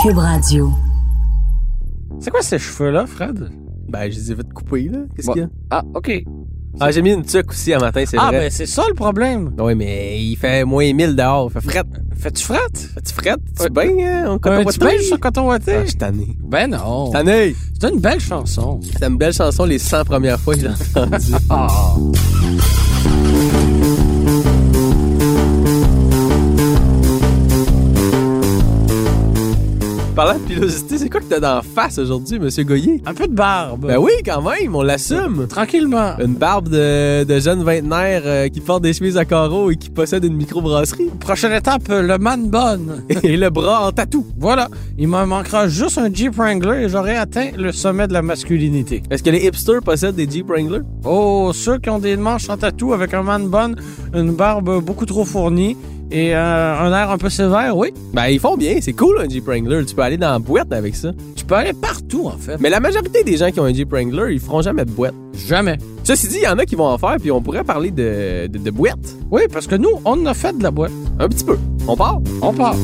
Cube Radio. C'est quoi ces cheveux-là, Fred? Ben, je les ai vite coupés, là. Qu'est-ce Bon. qu'il y a? Ah, OK. Ah, j'ai mis une tuque aussi à matin, c'est Ah, vrai. ben c'est ça le problème. Oui, mais il fait moins 1000 dehors. Fait frette. Fais-tu frette? Fais-tu frette? Tu Ouais. baignes, hein? On Quand coton tu pêches sur coton Ah, ouaté? je suis tanné. Ben non. Tanné! C'est une belle chanson. C'était une belle chanson les 100 premières fois que j'ai entendue. Ah. Parlant de pilosité, c'est quoi que t'as dans la face aujourd'hui, Monsieur Goyer? Un peu de barbe. Ben oui, quand même, on l'assume. Tranquillement. Une barbe de, de jeune vingtenaire euh, qui porte des chemises à carreaux et qui possède une microbrasserie. Prochaine étape, euh, le man bun. et le bras en tatou. Voilà. Il me manquera juste un Jeep Wrangler et j'aurai atteint le sommet de la masculinité. Est-ce que les hipsters possèdent des Jeep Wrangler? Oh, ceux qui ont des manches en tatou avec un man bun, une barbe beaucoup trop fournie et euh, un air un peu sévère, oui. Ben, ils font bien. C'est cool, un Jeep Wrangler. Tu peux aller dans la boîte avec ça. Tu peux aller partout, en fait. Mais la majorité des gens qui ont un Jeep Wrangler, ils feront jamais de boîte. Jamais. Ceci dit, il y en a qui vont en faire, puis on pourrait parler de, de, de boîte. Oui, parce que nous, on en a fait de la boîte. Un petit peu. On part? On part.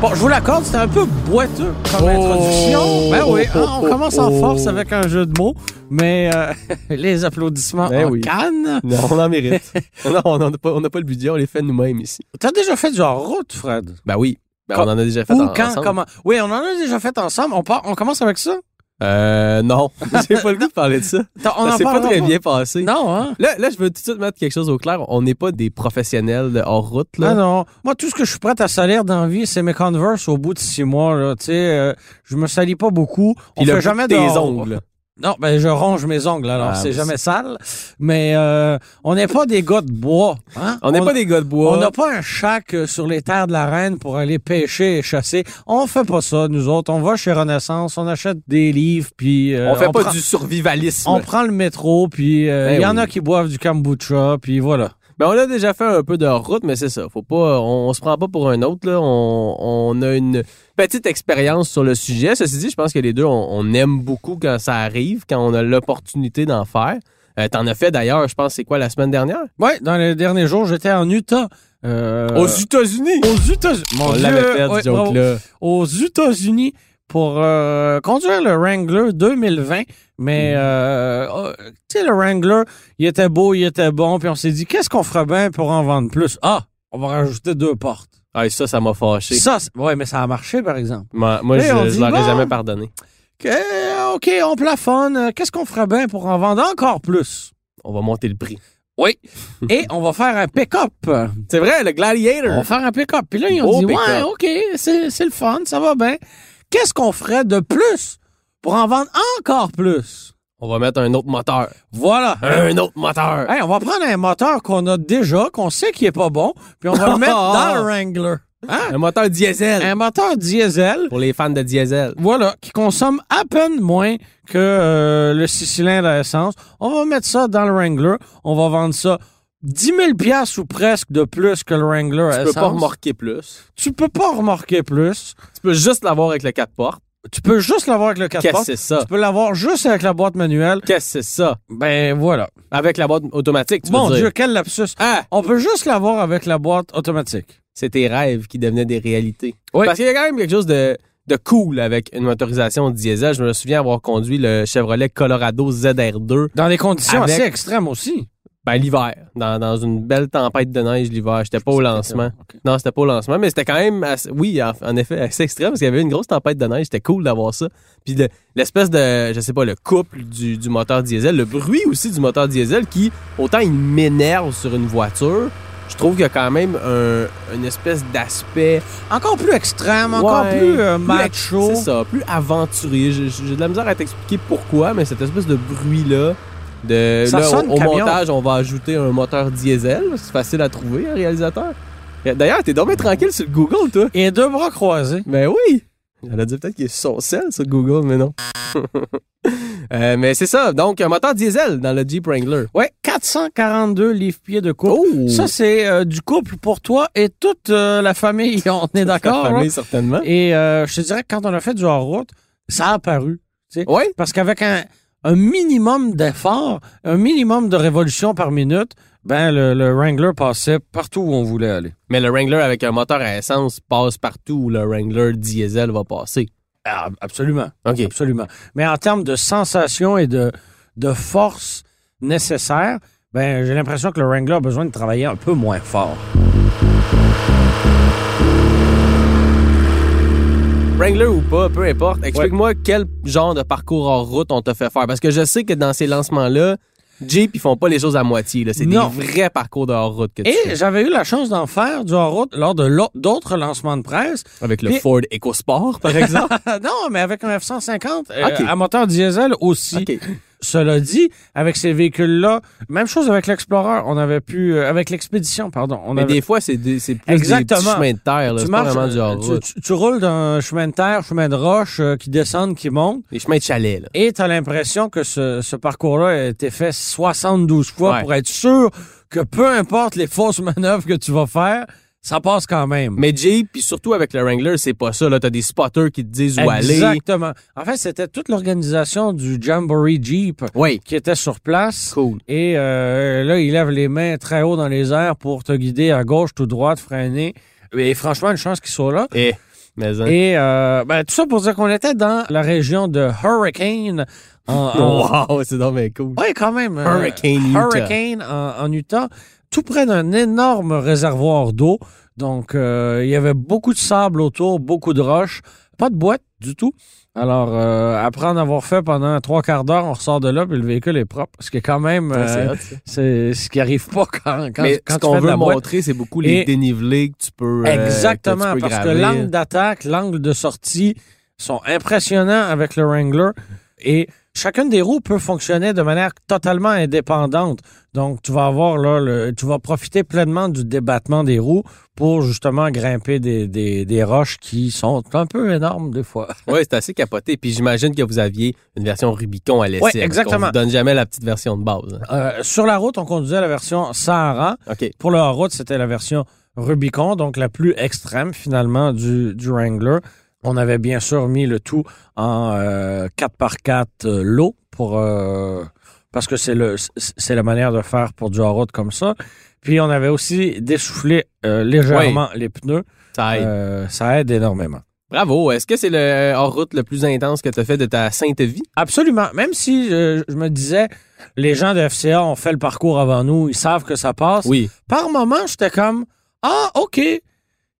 Bon, je vous l'accorde, c'était un peu boiteux comme Oh. introduction. Ben oui, Oh, on oh, commence en oh. force avec un jeu de mots, mais euh, les applaudissements Ben en oui. canne. Non, on en mérite. non, on n'a pas, on n'a pas le budget, on les fait nous-mêmes ici. T'as déjà fait du hors-route, Fred? Ben oui. Ben, on en a déjà fait Ou en- quand, ensemble. comment? Oui, on en a déjà fait ensemble. On, part, on commence avec ça? Euh, non. J'ai pas le goût de parler de ça. T'as- On ça en s'est pas parlera très bien passé. Non, hein? Là, là, je veux tout de suite mettre quelque chose au clair. On n'est pas des professionnels de hors-route, là. Ah non. Moi, tout ce que je suis prêt à salaire dans la vie, c'est mes Converse au bout de six mois. Là. Tu sais, euh, je me salis pas beaucoup. Puis On le fait bout jamais de tes dehors. ongles. Non, ben je ronge mes ongles, alors Ah, c'est oui. jamais sale. Mais euh, on n'est pas des gars de bois. Hein? On n'est pas des gars de bois. On n'a pas un chac euh, sur les terres de la reine pour aller pêcher et chasser. On fait pas ça, nous autres. On va chez Renaissance, on achète des livres, puis... euh, on fait pas prend- du survivalisme. On prend le métro, puis euh, il Eh y en oui. a qui boivent du kombucha, puis voilà. Ben, on a déjà fait un peu de route, mais c'est ça. Faut pas, on, on se prend pas pour un autre. Là. On, on a une petite expérience sur le sujet. Ceci dit, je pense que les deux, on, on aime beaucoup quand ça arrive, quand on a l'opportunité d'en faire. Euh, T'en as fait d'ailleurs, je pense, c'est quoi, la semaine dernière? Oui, dans les derniers jours, j'étais en Utah. Euh, États-Unis! aux États-Unis. Mon On Dieu, l'avait fait, ouais, ce joke-là. bravo. Aux États-Unis pour euh, conduire le Wrangler 2020. Mais, euh, euh, tu sais, le Wrangler, il était beau, il était bon. Puis on s'est dit, qu'est-ce qu'on ferait bien pour en vendre plus? Ah, on va rajouter deux portes. Ah, ça, ça m'a fâché. Ça, c'est- ouais, mais ça a marché, par exemple. Moi, moi, Eh, je, on je dit l'aurais bon. jamais pardonné. Que- OK, on plafonne. Euh, Qu'est-ce qu'on ferait bien pour en vendre encore plus? On va monter le prix. Oui. Et on va faire un pick-up. C'est vrai, le On va Gladiator! faire un pick-up. Puis là, ils ont Beau dit, ouais, pick-up. OK, c'est c'est le fun, ça va bien. Qu'est-ce qu'on ferait de plus pour en vendre encore plus? On va mettre un autre moteur. Voilà. Un autre moteur! Hey, on va prendre un moteur qu'on a déjà, qu'on sait qu'il est pas bon, puis on va le mettre dans le Wrangler. Hein? Un moteur diesel! Un moteur diesel, Pour les fans de diesel. voilà, qui consomme à peine moins que euh, le 6 cylindres à essence. On va mettre ça dans le Wrangler. On va vendre ça 10 000 piastres ou presque de plus que le Wrangler à Tu essence. peux pas remorquer plus. Tu peux pas remorquer plus. Tu peux juste l'avoir avec le 4 portes. Tu peux juste l'avoir avec le 4 Qu'est-ce que portes. c'est ça? Tu peux l'avoir juste avec la boîte manuelle. Qu'est-ce que c'est ça? Ben voilà. Avec la boîte automatique, tu Mon veux dire. Dieu, quel lapsus. Ah! On peut juste l'avoir avec la boîte automatique. C'est tes rêves qui devenaient des réalités. Oui. Parce qu'il y a quand même quelque chose de, de cool avec une motorisation diesel. Je me souviens avoir conduit le Chevrolet Colorado ZR2 Dans des conditions Avec- assez extrêmes aussi. ben, l'hiver, dans, dans une belle tempête de neige l'hiver. J'étais pas au lancement. Ok. Non, c'était pas au lancement, mais c'était quand même, assez- oui, en, en effet, assez extrême parce qu'il y avait une grosse tempête de neige. C'était cool d'avoir ça. Puis le- l'espèce de, je sais pas, le couple du, du moteur diesel, le bruit aussi du moteur diesel qui, autant il m'énerve sur une voiture, je trouve qu'il y a quand même un, une espèce d'aspect Encore plus extrême, encore Ouais. plus euh, plus- macho. C'est ça, plus aventurier. J'ai- J'ai j'ai de la misère à t'expliquer pourquoi, mais cette espèce de bruit-là. De, Ça là, sonne au, au camion. montage, on va ajouter un moteur diesel. C'est facile à trouver, un réalisateur. Et D'ailleurs, t'es dormi tranquille sur le Google, toi. Et deux bras croisés. Ben oui. Elle a dit peut-être qu'il est sur son sel sur Google, mais non. Euh, mais c'est ça. Donc, un moteur diesel dans le Jeep Wrangler. Ouais, 442 livres-pieds de couple. Oh! Ça, c'est euh, du couple pour toi et toute euh, la famille. On est d'accord. hein? La famille, là? certainement. Et euh, je te dirais que quand on a fait du hors-route, ça a apparu. Ouais. Parce qu'avec un, un minimum d'effort, un minimum de révolution par minute, ben le, le Wrangler passait partout où on voulait aller. Mais le Wrangler avec un moteur à essence passe partout où le Wrangler diesel va passer. Ah, absolument. OK. Absolument. Mais en termes de sensation et de, de force nécessaire, ben, j'ai l'impression que le Wrangler a besoin de travailler un peu moins fort. Wrangler ou pas, peu importe, explique-moi quel genre de parcours hors route on t'a fait faire. Parce que je sais que dans ces lancements-là, Jeep, ils font pas les choses à moitié. là. C'est des Non. vrais parcours de hors route que tu Et fais. j'avais eu la chance d'en faire du hors-route lors de l'au- d'autres lancements de presse. Avec le Puis- Ford EcoSport, par exemple. non, mais avec un F-150 euh, Ok. à moteur diesel aussi. OK. Cela dit, avec ces véhicules-là, même chose avec l'Explorer, on avait pu... euh, avec l'Expédition, pardon. On Mais avait- des fois, c'est des- c'est plus Ben, Exactement. des petits chemins de terre. là. C'est pas vraiment du hors tu, euh, route. tu- tu roules d'un chemin de terre, chemin de roche, euh, qui descendent, qui montent. Des chemins de chalet. Là. Et tu as l'impression que ce, ce parcours-là a été fait 72 fois Ouais. pour être sûr que peu importe les fausses manœuvres que tu vas faire, ça passe quand même. Mais Jeep, puis surtout avec le Wrangler, c'est pas ça. Là, t'as des spotters qui te disent où aller. Exactement. En fait, c'était toute l'organisation du Jamboree Jeep Oui, qui était sur place. cool. Et euh, là, il lève les mains très haut dans les airs pour te guider à gauche, tout droite, freiner. Et franchement, une chance qu'ils soient là. Eh, mais hein. Et euh, ben, tout ça pour dire qu'on était dans la région de Hurricane. En, en- Wow, c'est donc bien cool. Ah. Ouais, quand même. euh, Hurricane Utah. Hurricane en, en Utah, tout près d'un énorme réservoir d'eau. Donc, euh, il y avait beaucoup de sable autour, beaucoup de roches, pas de boîte du tout. Alors, euh, après en avoir fait pendant trois quarts d'heure, on ressort de là, puis le véhicule est propre. Ce qui est quand même, Ouais, c'est euh, hot, ça. c'est ce qui arrive pas quand, quand, mais quand ce tu fais qu'on de veut la boîte. montrer, c'est beaucoup les Et- dénivelés que tu peux. euh, Exactement, que tu peux parce que graver. l'angle d'attaque, l'angle de sortie sont impressionnants avec le Wrangler et chacune des roues peut fonctionner de manière totalement indépendante. Donc tu vas avoir là, le- tu vas profiter pleinement du débattement des roues pour justement grimper des, des, des roches qui sont un peu énormes des fois. Oui, c'est assez capoté. Puis j'imagine que vous aviez une version Rubicon à l'essai. Ouais, parce qu'on exactement. vous donne jamais la petite version de base. hein. Euh, sur la route, on conduisait la version Sahara. OK. Pour le hors-route, c'était la version Rubicon, donc la plus extrême finalement du, du Wrangler. On avait bien sûr mis le tout en euh, 4x4 euh, lot pour euh, parce que c'est le c- c'est la manière de faire pour du hors-route comme ça. Puis on avait aussi dessoufflé euh, légèrement les pneus. Ça aide. Euh, ça aide énormément. Bravo. Est-ce que c'est le hors-route le plus intense que tu as fait de ta sainte vie? Absolument. Même si euh, je me disais, les gens de FCA ont fait le parcours avant nous, ils savent que ça passe. Oui. par moment, j'étais comme Ah, OK.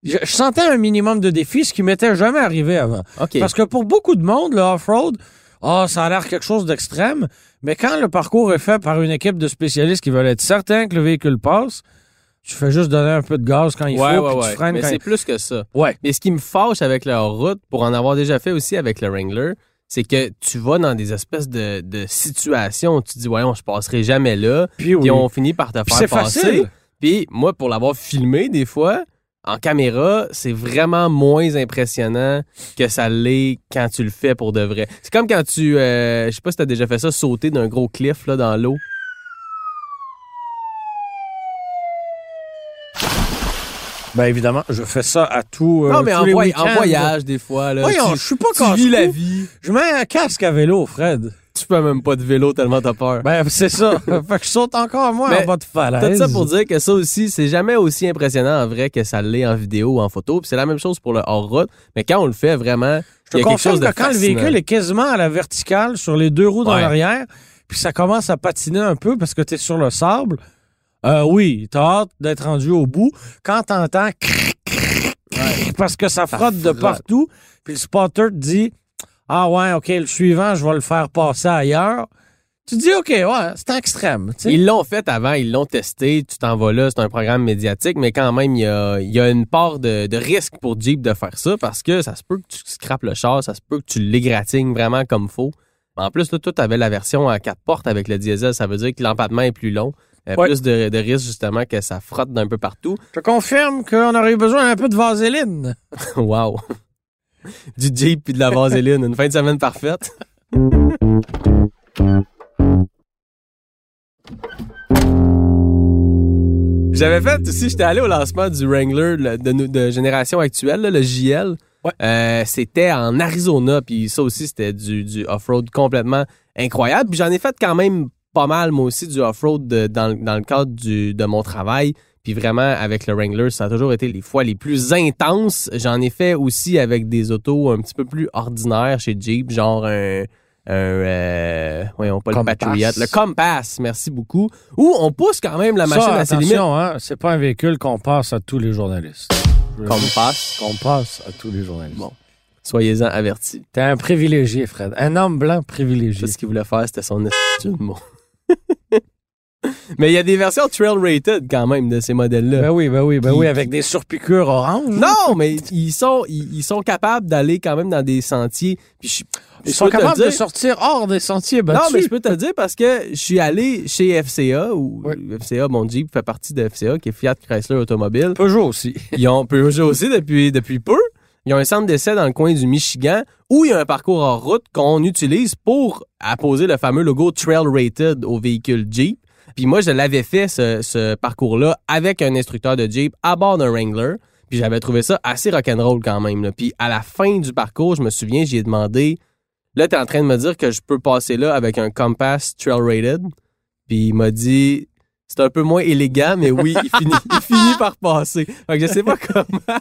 Je, je sentais un minimum de défi, ce qui m'était jamais arrivé avant. OK. Parce que pour beaucoup de monde, le off-road, ah, ça a l'air quelque chose d'extrême. Mais quand le parcours est fait par une équipe de spécialistes qui veulent être certains que le véhicule passe, tu fais juste donner un peu de gaz quand il ouais, faut, ouais, puis ouais. tu freines Mais quand c'est il plus que ça. Ouais. Mais ce qui me fâche avec le hors-route, pour en avoir déjà fait aussi avec le Wrangler, c'est que tu vas dans des espèces de, de situations où tu te dis, voyons, je passerai jamais là. Puis oui. Puis on finit par te Puis faire c'est passer. facile. Puis moi, pour l'avoir filmé des fois, en caméra, c'est vraiment moins impressionnant que ça l'est quand tu le fais pour de vrai. C'est comme quand tu, euh, je sais pas si t'as déjà fait ça, sauter d'un gros cliff là, dans l'eau. Ben évidemment, je fais ça à tout. euh, non, mais tous en, les voy- en week-ends. voyage des fois. Là, Voyons, tu, je suis pas tu vis la casse-cou. vie. Je mets un casque à vélo, Fred. Tu fais même pas de vélo tellement t'as peur. Ben c'est ça. fait que je saute encore moins Mais en bas de Tout falaise. ça pour dire que ça aussi, c'est jamais aussi impressionnant en vrai que ça l'est en vidéo ou en photo. Puis c'est la même chose pour le hors-route. Mais quand on le fait vraiment, Je il y te a quelque confirme chose de que quand le fascinant. véhicule est quasiment à la verticale sur les deux roues dans Ouais. l'arrière, puis ça commence à patiner un peu parce que tu es sur le sable, euh, oui, t'as hâte d'être rendu au bout. Quand t'entends cric, cric, cric, parce que ça frotte de frotte. partout, puis le spotter te dit Ah ouais, OK, le suivant, je vais le faire passer ailleurs. Tu te dis OK, ouais, c'est extrême. tu sais. Ils l'ont fait avant, ils l'ont testé, tu t'en vas là, c'est un programme médiatique, mais quand même, il y a, il y a une part de, de risque pour Jeep de faire ça parce que ça se peut que tu scrapes le char, ça se peut que tu l'égratignes vraiment comme faut. En plus, là, toi, tu avais la version à quatre portes avec le diesel, ça veut dire que l'empattement est plus long. euh, Ouais. Plus de, de risque justement que ça frotte d'un peu partout. Je te confirme qu'on aurait eu besoin d'un peu de vaseline. wow! Du Jeep puis de la vaseline, une fin de semaine parfaite. J'avais fait aussi, j'étais allé au lancement du Wrangler le- de, de génération actuelle, là, le JL. Ouais. Euh, c'était en Arizona, puis ça aussi, c'était du, du off-road complètement incroyable. Puis j'en ai fait quand même pas mal, moi aussi, du off-road de- dans, le- dans le cadre du, de mon travail. Puis vraiment, avec le Wrangler, ça a toujours été les fois les plus intenses. J'en ai fait aussi avec des autos un petit peu plus ordinaires chez Jeep, genre un... un euh, voyons, pas Compass. le Patriot, le Compass, merci beaucoup. Où on pousse quand même la Ça, machine à ses limites. attention, hein, c'est pas un véhicule qu'on passe à tous les journalistes. Compass, Qu'on passe à tous les journalistes. Bon. soyez-en avertis. T'es un privilégié, Fred. Un homme blanc privilégié. Tout ce qu'il voulait faire, c'était son esti de mot. Mais il y a des versions trail rated quand même de ces modèles-là. Ben oui, ben oui, ben Qui- oui, avec des surpiqûres oranges. Non, mais ils sont, ils, ils sont capables d'aller quand même dans des sentiers. Puis je- Ils je sont peux te le capables dire- de sortir hors des sentiers Non, battus. mais je peux te le dire parce que je suis allé chez FCA, ou FCA, mon Jeep fait partie de FCA, qui est Fiat Chrysler Automobile. Peugeot aussi. Ils ont Peugeot aussi depuis, depuis peu. Ils ont un centre d'essai dans le coin du Michigan où il y a un parcours en route qu'on utilise pour apposer le fameux logo Trail Rated au véhicule Jeep. Puis moi, je l'avais fait, ce, ce parcours-là, avec un instructeur de Jeep à bord d'un Wrangler. Puis j'avais trouvé ça assez rock'n'roll quand même. là. Puis à la fin du parcours, je me souviens, j'y ai demandé, là, t'es en train de me dire que je peux passer là avec un Compass Trail Rated. Puis il m'a dit, c'est un peu moins élégant, mais oui, il finit, il finit par passer. Fait que je sais pas comment,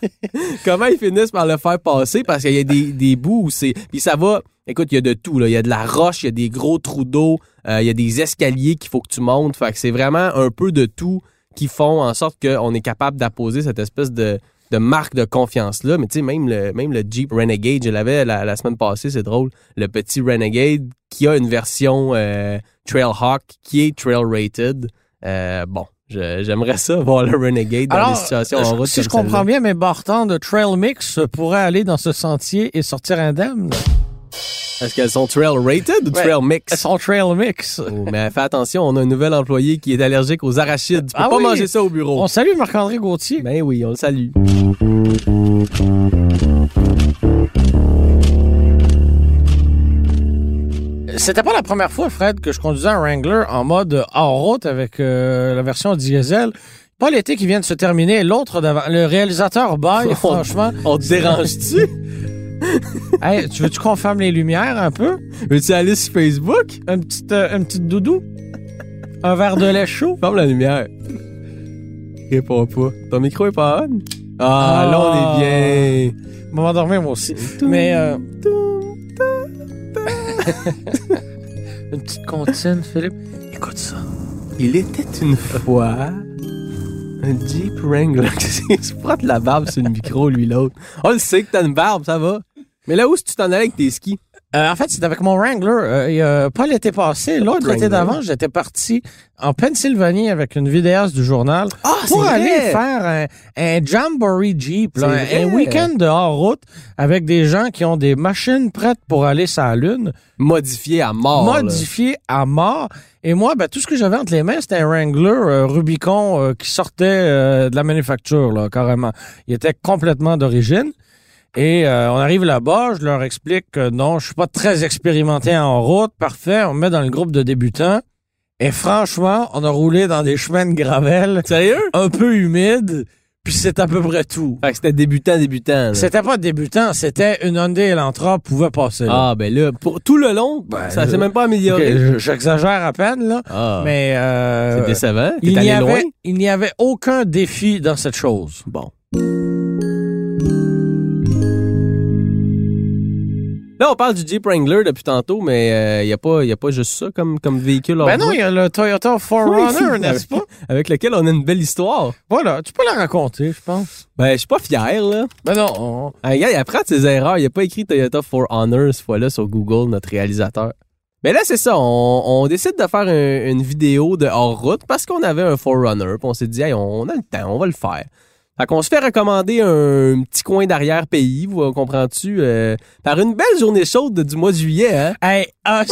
comment ils finissent par le faire passer parce qu'il y a des, des bouts où c'est. Puis ça va. Écoute, il y a de tout. là. Il y a de la roche, il y a des gros trous d'eau, euh, il y a des escaliers qu'il faut que tu montes. Fait que c'est vraiment un peu de tout qui font en sorte qu'on est capable d'apposer cette espèce de, de marque de confiance-là. Mais tu sais, même le, même le Jeep Renegade, je l'avais la, la semaine passée, c'est drôle. Le petit Renegade qui a une version euh, Trailhawk qui est trail rated. Euh, bon, je- j'aimerais ça voir le Renegade dans des situations en je- route. euh, si je comme comprends celle-là. bien, mes bartons de Trail Mix pourraient aller dans ce sentier et sortir indemne. Est-ce qu'elles sont trail rated ou Ouais. trail mix? Elles sont Trail Mix. Oh, mais fais attention, on a un nouvel employé qui est allergique aux arachides. Tu peux Ah pas oui. manger ça au bureau. On salue Marc-André Gauthier. Ben oui, on le salue. Ben. C'était pas la première fois, Fred, que je conduisais un Wrangler en mode hors route avec euh, la version diesel. Pas l'été qui vient de se terminer, l'autre d'avant. Le réalisateur Oh bail, franchement. On te dérange-tu? Hey, tu veux-tu qu'on ferme les lumières un peu? Veux-tu aller sur Facebook? Une petite, euh, une petite doudou? Un verre de lait chaud? Ferme la lumière. Réponds pas. Ton micro est pas on? Ah, là, on est bien. Je vais m'endormir moi aussi. Mais. euh, une petite comptine, Philippe. Écoute ça. Il était une fois un Jeep Wrangler. Il se frotte la barbe sur le micro, lui, l'autre. On le sait que t'as une barbe, ça va. Mais là où est-ce que tu t'en allais avec tes skis? Euh, en fait, c'est avec mon Wrangler. Euh, il y a pas l'été passé, l'autre Wrangler. l'été d'avant, j'étais parti en Pennsylvanie avec une vidéaste du journal Ah, pour aller faire un, un Jamboree Jeep, là, C'est un, un vrai. week-end de hors-route avec des gens qui ont des machines prêtes pour aller sur la Lune, Modifié à mort. Oh, là. modifiées à mort. Et moi, ben, tout ce que j'avais entre les mains, c'était un Wrangler euh, Rubicon euh, qui sortait euh, de la manufacture, là, carrément. Il était complètement d'origine. Et euh, on arrive là-bas, je leur explique que non, je suis pas très expérimenté en route. Parfait, on me met dans le groupe de débutants. Et franchement, on a roulé dans des chemins de gravelle Sérieux? Ah, un peu humide, puis c'est à peu près tout. Fait que c'était débutant, débutant. là. C'était pas débutant, c'était une Hyundai Elantra pouvait passer. là. Ah, ben là, pour tout le long, Ben, ça là- s'est même pas Ok, amélioré. je- J'exagère à peine, là, Ah, mais euh, c'est décevant. T'es il n'y allé loin? avait, il n'y avait aucun défi dans cette chose. Bon. Là, on parle du Jeep Wrangler depuis tantôt, mais il n'y a, pas- y a pas juste ça comme, comme véhicule hors Ben non, route il y a le Toyota 4Runner, Oui. n'est-ce pas? avec lequel on a une belle histoire. Voilà, tu peux la raconter, je pense. Ben, je suis pas fier, là. Ben non, on- Un gars, il apprend de ses erreurs. Il a pas écrit Toyota 4Runner cette fois-là sur Google, notre réalisateur. Mais là, c'est ça. On, on décide de faire un- une vidéo de hors-route parce qu'on avait un 4Runner. Puis on s'est dit, hey, on a le temps, on va le faire. Fait qu'on se fait recommander un petit coin d'arrière-pays, vous comprends-tu, euh, par une belle journée chaude du mois de juillet. Hein? Hey, ah,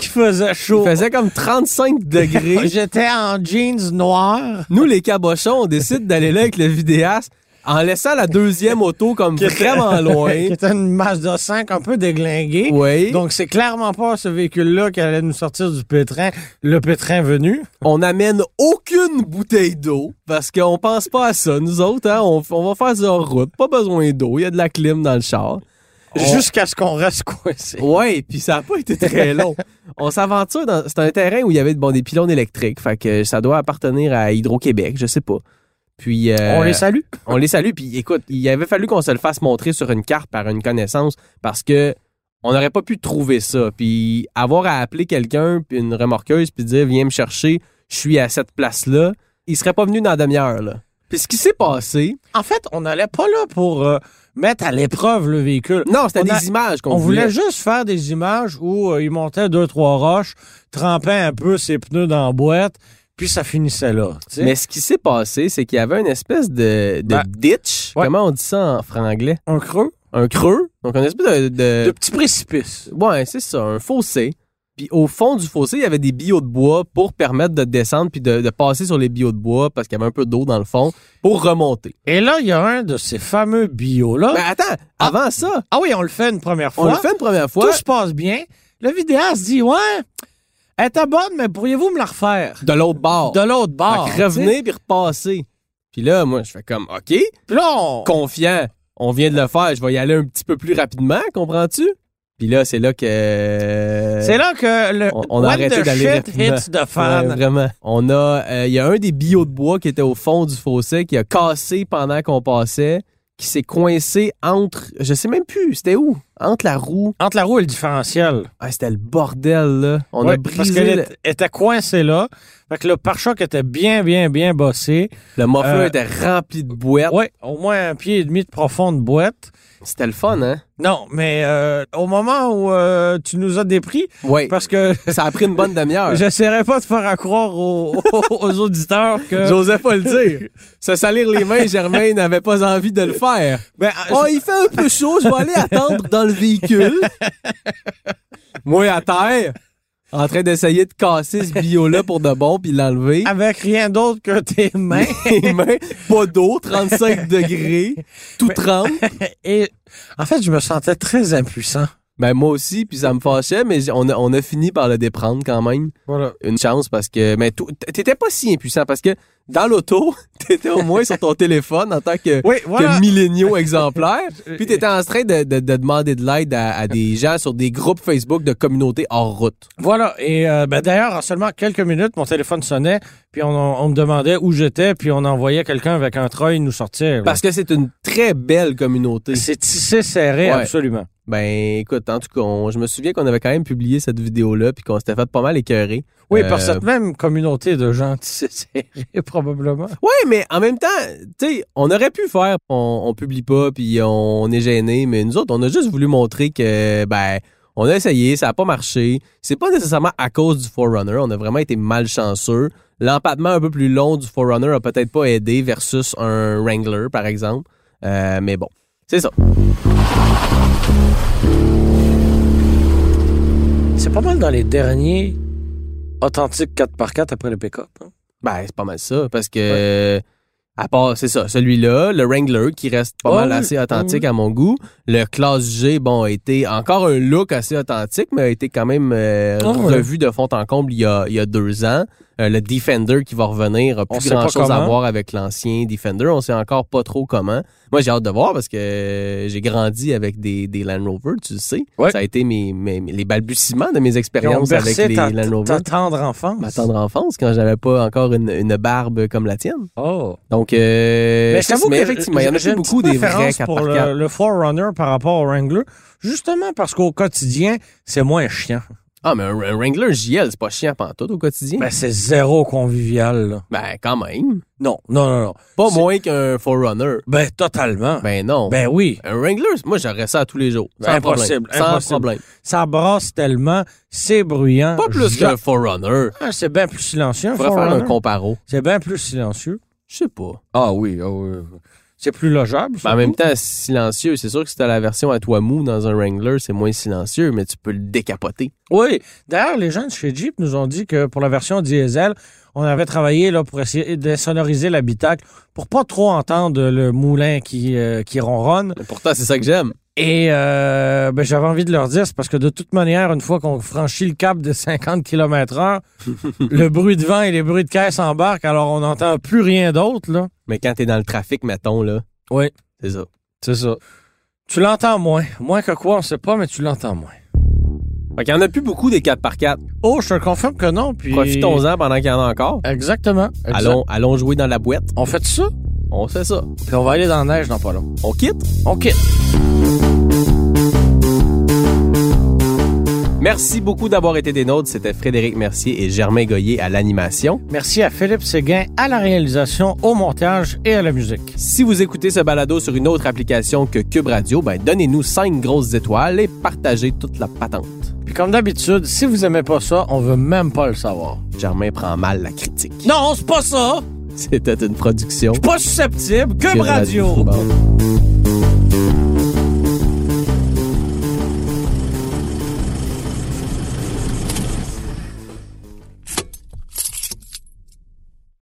qui faisait Il chaud. faisait comme 35 degrés. J'étais en jeans noir. Nous, les cabochons, on décide d'aller là avec le vidéaste. en laissant la deuxième auto comme Qui était- vraiment loin. qui était une masse de 5 un peu déglinguée. oui. Donc, c'est clairement pas ce véhicule-là qui allait nous sortir du pétrin, le pétrin venu. On n'amène aucune bouteille d'eau parce qu'on pense pas à ça. Nous autres, hein, on, on va faire sur route. Pas besoin d'eau. Il y a de la clim dans le char. On- Jusqu'à ce qu'on reste coincé. Oh. Ouais, puis ça a pas été très long. On s'aventure dans c'est un terrain où il y avait bon, des pylônes électriques, fait que ça doit appartenir à Hydro-Québec, je sais pas. Puis euh, On les salue. on les salue puis écoute, il avait fallu qu'on se le fasse montrer sur une carte par une connaissance parce que on n'aurait pas pu trouver ça puis avoir à appeler quelqu'un puis une remorqueuse puis dire viens me chercher, je suis à cette place-là, il serait pas venu dans la demi-heure là. Puis ce qui s'est passé, En fait, on n'allait pas là pour euh, mettre à l'épreuve le véhicule. non, c'était On des a- images qu'on On voulait voulait juste faire des images où euh, il montait deux, trois roches, trempait un peu ses pneus dans la boîte, puis ça finissait là. tu sais. Mais ce qui s'est passé, c'est qu'il y avait une espèce de, de Ben, ditch. ouais. Comment on dit ça en franglais? un creux, Un creux. Donc, une espèce de. de de- petits précipices. Ouais, c'est ça, un fossé. Puis au fond du fossé, il y avait des billots de bois pour permettre de descendre puis de, de passer sur les billots de bois parce qu'il y avait un peu d'eau dans le fond pour remonter. Et là, il y a un de ces fameux bio-là. Mais attends, Ah. avant ça, ah oui, on le fait une première Ben, on fois. le fait une première Tout fois. se passe bien. Le vidéaste dit Ouais, elle était bonne, mais pourriez-vous me la refaire De l'autre bord. De l'autre bord. Fait que revenir puis repasser. Puis là, moi, je fais comme, OK, tu sais. Puis là, on- confiant, on vient de le faire, je vais y aller un petit peu plus rapidement, comprends-tu? Puis là, c'est là que. c'est là que le. on- on a When arrêté the d'aller shit rapidement. hits the Ouais, fan. vraiment. On a, euh, il y a un des billots de bois qui était au fond du fossé qui a cassé pendant qu'on passait, qui s'est coincé entre, je sais même plus, c'était où Entre la roue. Entre la roue et le différentiel. Ah, c'était le bordel là. On Ouais, a Parce brisé qu'elle le, était- était coincée là. Fait que le pare-choc était bien, bien, bien bossé. le muffler euh, était rempli de boîtes. Ouais, au moins un pied et demi de profonde boîte. C'était le fun, hein Non, mais euh, au moment où euh, tu nous as dépris, Ouais. parce que Ça a pris une bonne demi-heure. j'essaierai pas de faire à croire aux, aux auditeurs que... J'osais pas le dire. Se salir les mains, Germain n'avait pas envie de le faire. Ben, Oh, il fait un peu chaud, je vais aller attendre dans le véhicule. Moi, à terre, en train d'essayer de casser ce bio-là pour de bon, puis l'enlever. avec rien d'autre que tes mains. Les mains, pas d'eau, 35 degrés, tout tremble. Et en fait, je me sentais très impuissant. Ben, moi aussi, puis ça me fâchait, mais j- on a, on a fini par le déprendre quand même. Voilà. Une chance parce que, mais tout- t'étais pas si impuissant parce que dans l'auto, t'étais au moins sur ton téléphone en tant que Oui, voilà. Euh, que milléniaux exemplaires. Puis t'étais en train de, de- de demander de l'aide à, à des gens sur des groupes Facebook de communautés hors route. Voilà. Et euh, ben, d'ailleurs, en seulement quelques minutes, mon téléphone sonnait, puis on, on me demandait où j'étais, puis on envoyait quelqu'un avec un treuil nous sortir. Parce que c'est une très belle communauté. c'est tissé serré, Ouais. absolument. Ben écoute, en tout cas, on- je me souviens qu'on avait quand même publié cette vidéo-là puis qu'on s'était fait pas mal écœurer. Oui, Euh, par cette même communauté de gens tissés serrés, probablement. Ouais, mais en même temps, tu sais, on aurait pu faire, on, on publie pas puis on, est gêné, mais nous autres, on a juste voulu montrer que, ben, on a essayé, ça a pas marché. C'est pas nécessairement à cause du Forerunner, on a vraiment été malchanceux. L'empattement un peu plus long du Forerunner a peut-être pas aidé versus un Wrangler, par exemple. Euh, mais bon, c'est ça. C'est pas mal dans les derniers authentiques 4x4 après le pick-up. hein. Ben, c'est pas mal ça, parce que, à part, c'est ça, celui-là, le Wrangler, qui reste pas Ah mal oui, assez ah authentique à mon goût. Le Classe G, bon, a été encore un look assez authentique, mais a été quand même euh, Ah ouais. revu de fond en comble il y a, il y a deux ans. Euh, le Defender qui va revenir a On plus sait pas grand-chose à comment. voir avec l'ancien Defender. On sait encore pas trop comment. Moi, j'ai hâte de voir parce que euh, j'ai grandi avec des, des Land Rover, tu le sais. Ouais. Ça a été mes, mes- mes- les balbutiements de mes Ils ont expériences avec bercé les ta, Land Rover ta tendre enfance. ma tendre enfance quand j'avais pas encore une, une barbe comme la tienne. Oh. Donc, euh, Mais c'est- j'avoue que effectivement, il y en a j'ai plus une beaucoup petite des vrais préférence pour 4x4. le, le Forerunner par rapport au Wrangler, justement parce qu'au quotidien, c'est moins chiant. Ah, mais un un Wrangler JL, c'est pas chiant pantoute au quotidien. Ben, Ben, c'est zéro convivial. là. quand même. Non, non, non, non. Pas C'est- moins qu'un Forerunner. Ben, totalement. Ben, Ben non. oui. un Wrangler, moi j'aurais ça tous les jours. Sans Impossible, problème. Sans impossible. problème. Ça brasse tellement, c'est bruyant. Pas plus Ja- qu'un Forerunner. Ah, C'est bien plus silencieux. un On pourrait faire un Forerunner. comparo. C'est bien plus silencieux. Je sais pas. Ah oui, ah oui. C'est plus logeable. Ben, en même temps, silencieux, c'est sûr que si t'as la version à toi mou dans un Wrangler, c'est moins silencieux, mais tu peux le décapoter. Oui. D'ailleurs, les gens de chez Jeep nous ont dit que pour la version diesel, on avait travaillé là pour essayer d'insonoriser l'habitacle pour pas trop entendre le moulin qui, euh, qui ronronne. Mais pourtant, c'est ça que j'aime. Et euh, ben, j'avais envie de leur dire, c'est parce que de toute manière, une fois qu'on franchit le cap de 50 km heure, le bruit de vent et les bruits de caisse embarquent, alors on n'entend plus rien d'autre. là. Mais quand t'es dans le trafic, mettons, là, Oui, c'est ça. c'est ça. Tu l'entends moins. Moins que quoi, on sait pas, mais tu l'entends moins. Fait qu'il y en a plus beaucoup des 4x4. Oh, je te le confirme que non. Puis... Profitons-en pendant qu'il y en a encore. Exactement. exact. Allons, allons jouer dans la boîte. On fait ça, On fait ça. puis on va aller dans la neige dans pas long. On quitte. On quitte. Merci beaucoup d'avoir été des nôtres. C'était Frédéric Mercier et Germain Goyer à l'animation. Merci à Philippe Séguin, à la réalisation, au montage et à la musique. Si vous écoutez ce balado sur une autre application que Cube Radio, ben donnez-nous 5 grosses étoiles et partagez toute la patente. Puis comme d'habitude, si vous aimez pas ça, on veut même pas le savoir. Germain prend mal la critique. Non, c'est pas ça! C'était une production. Pas susceptible, Cube Radio! Bon.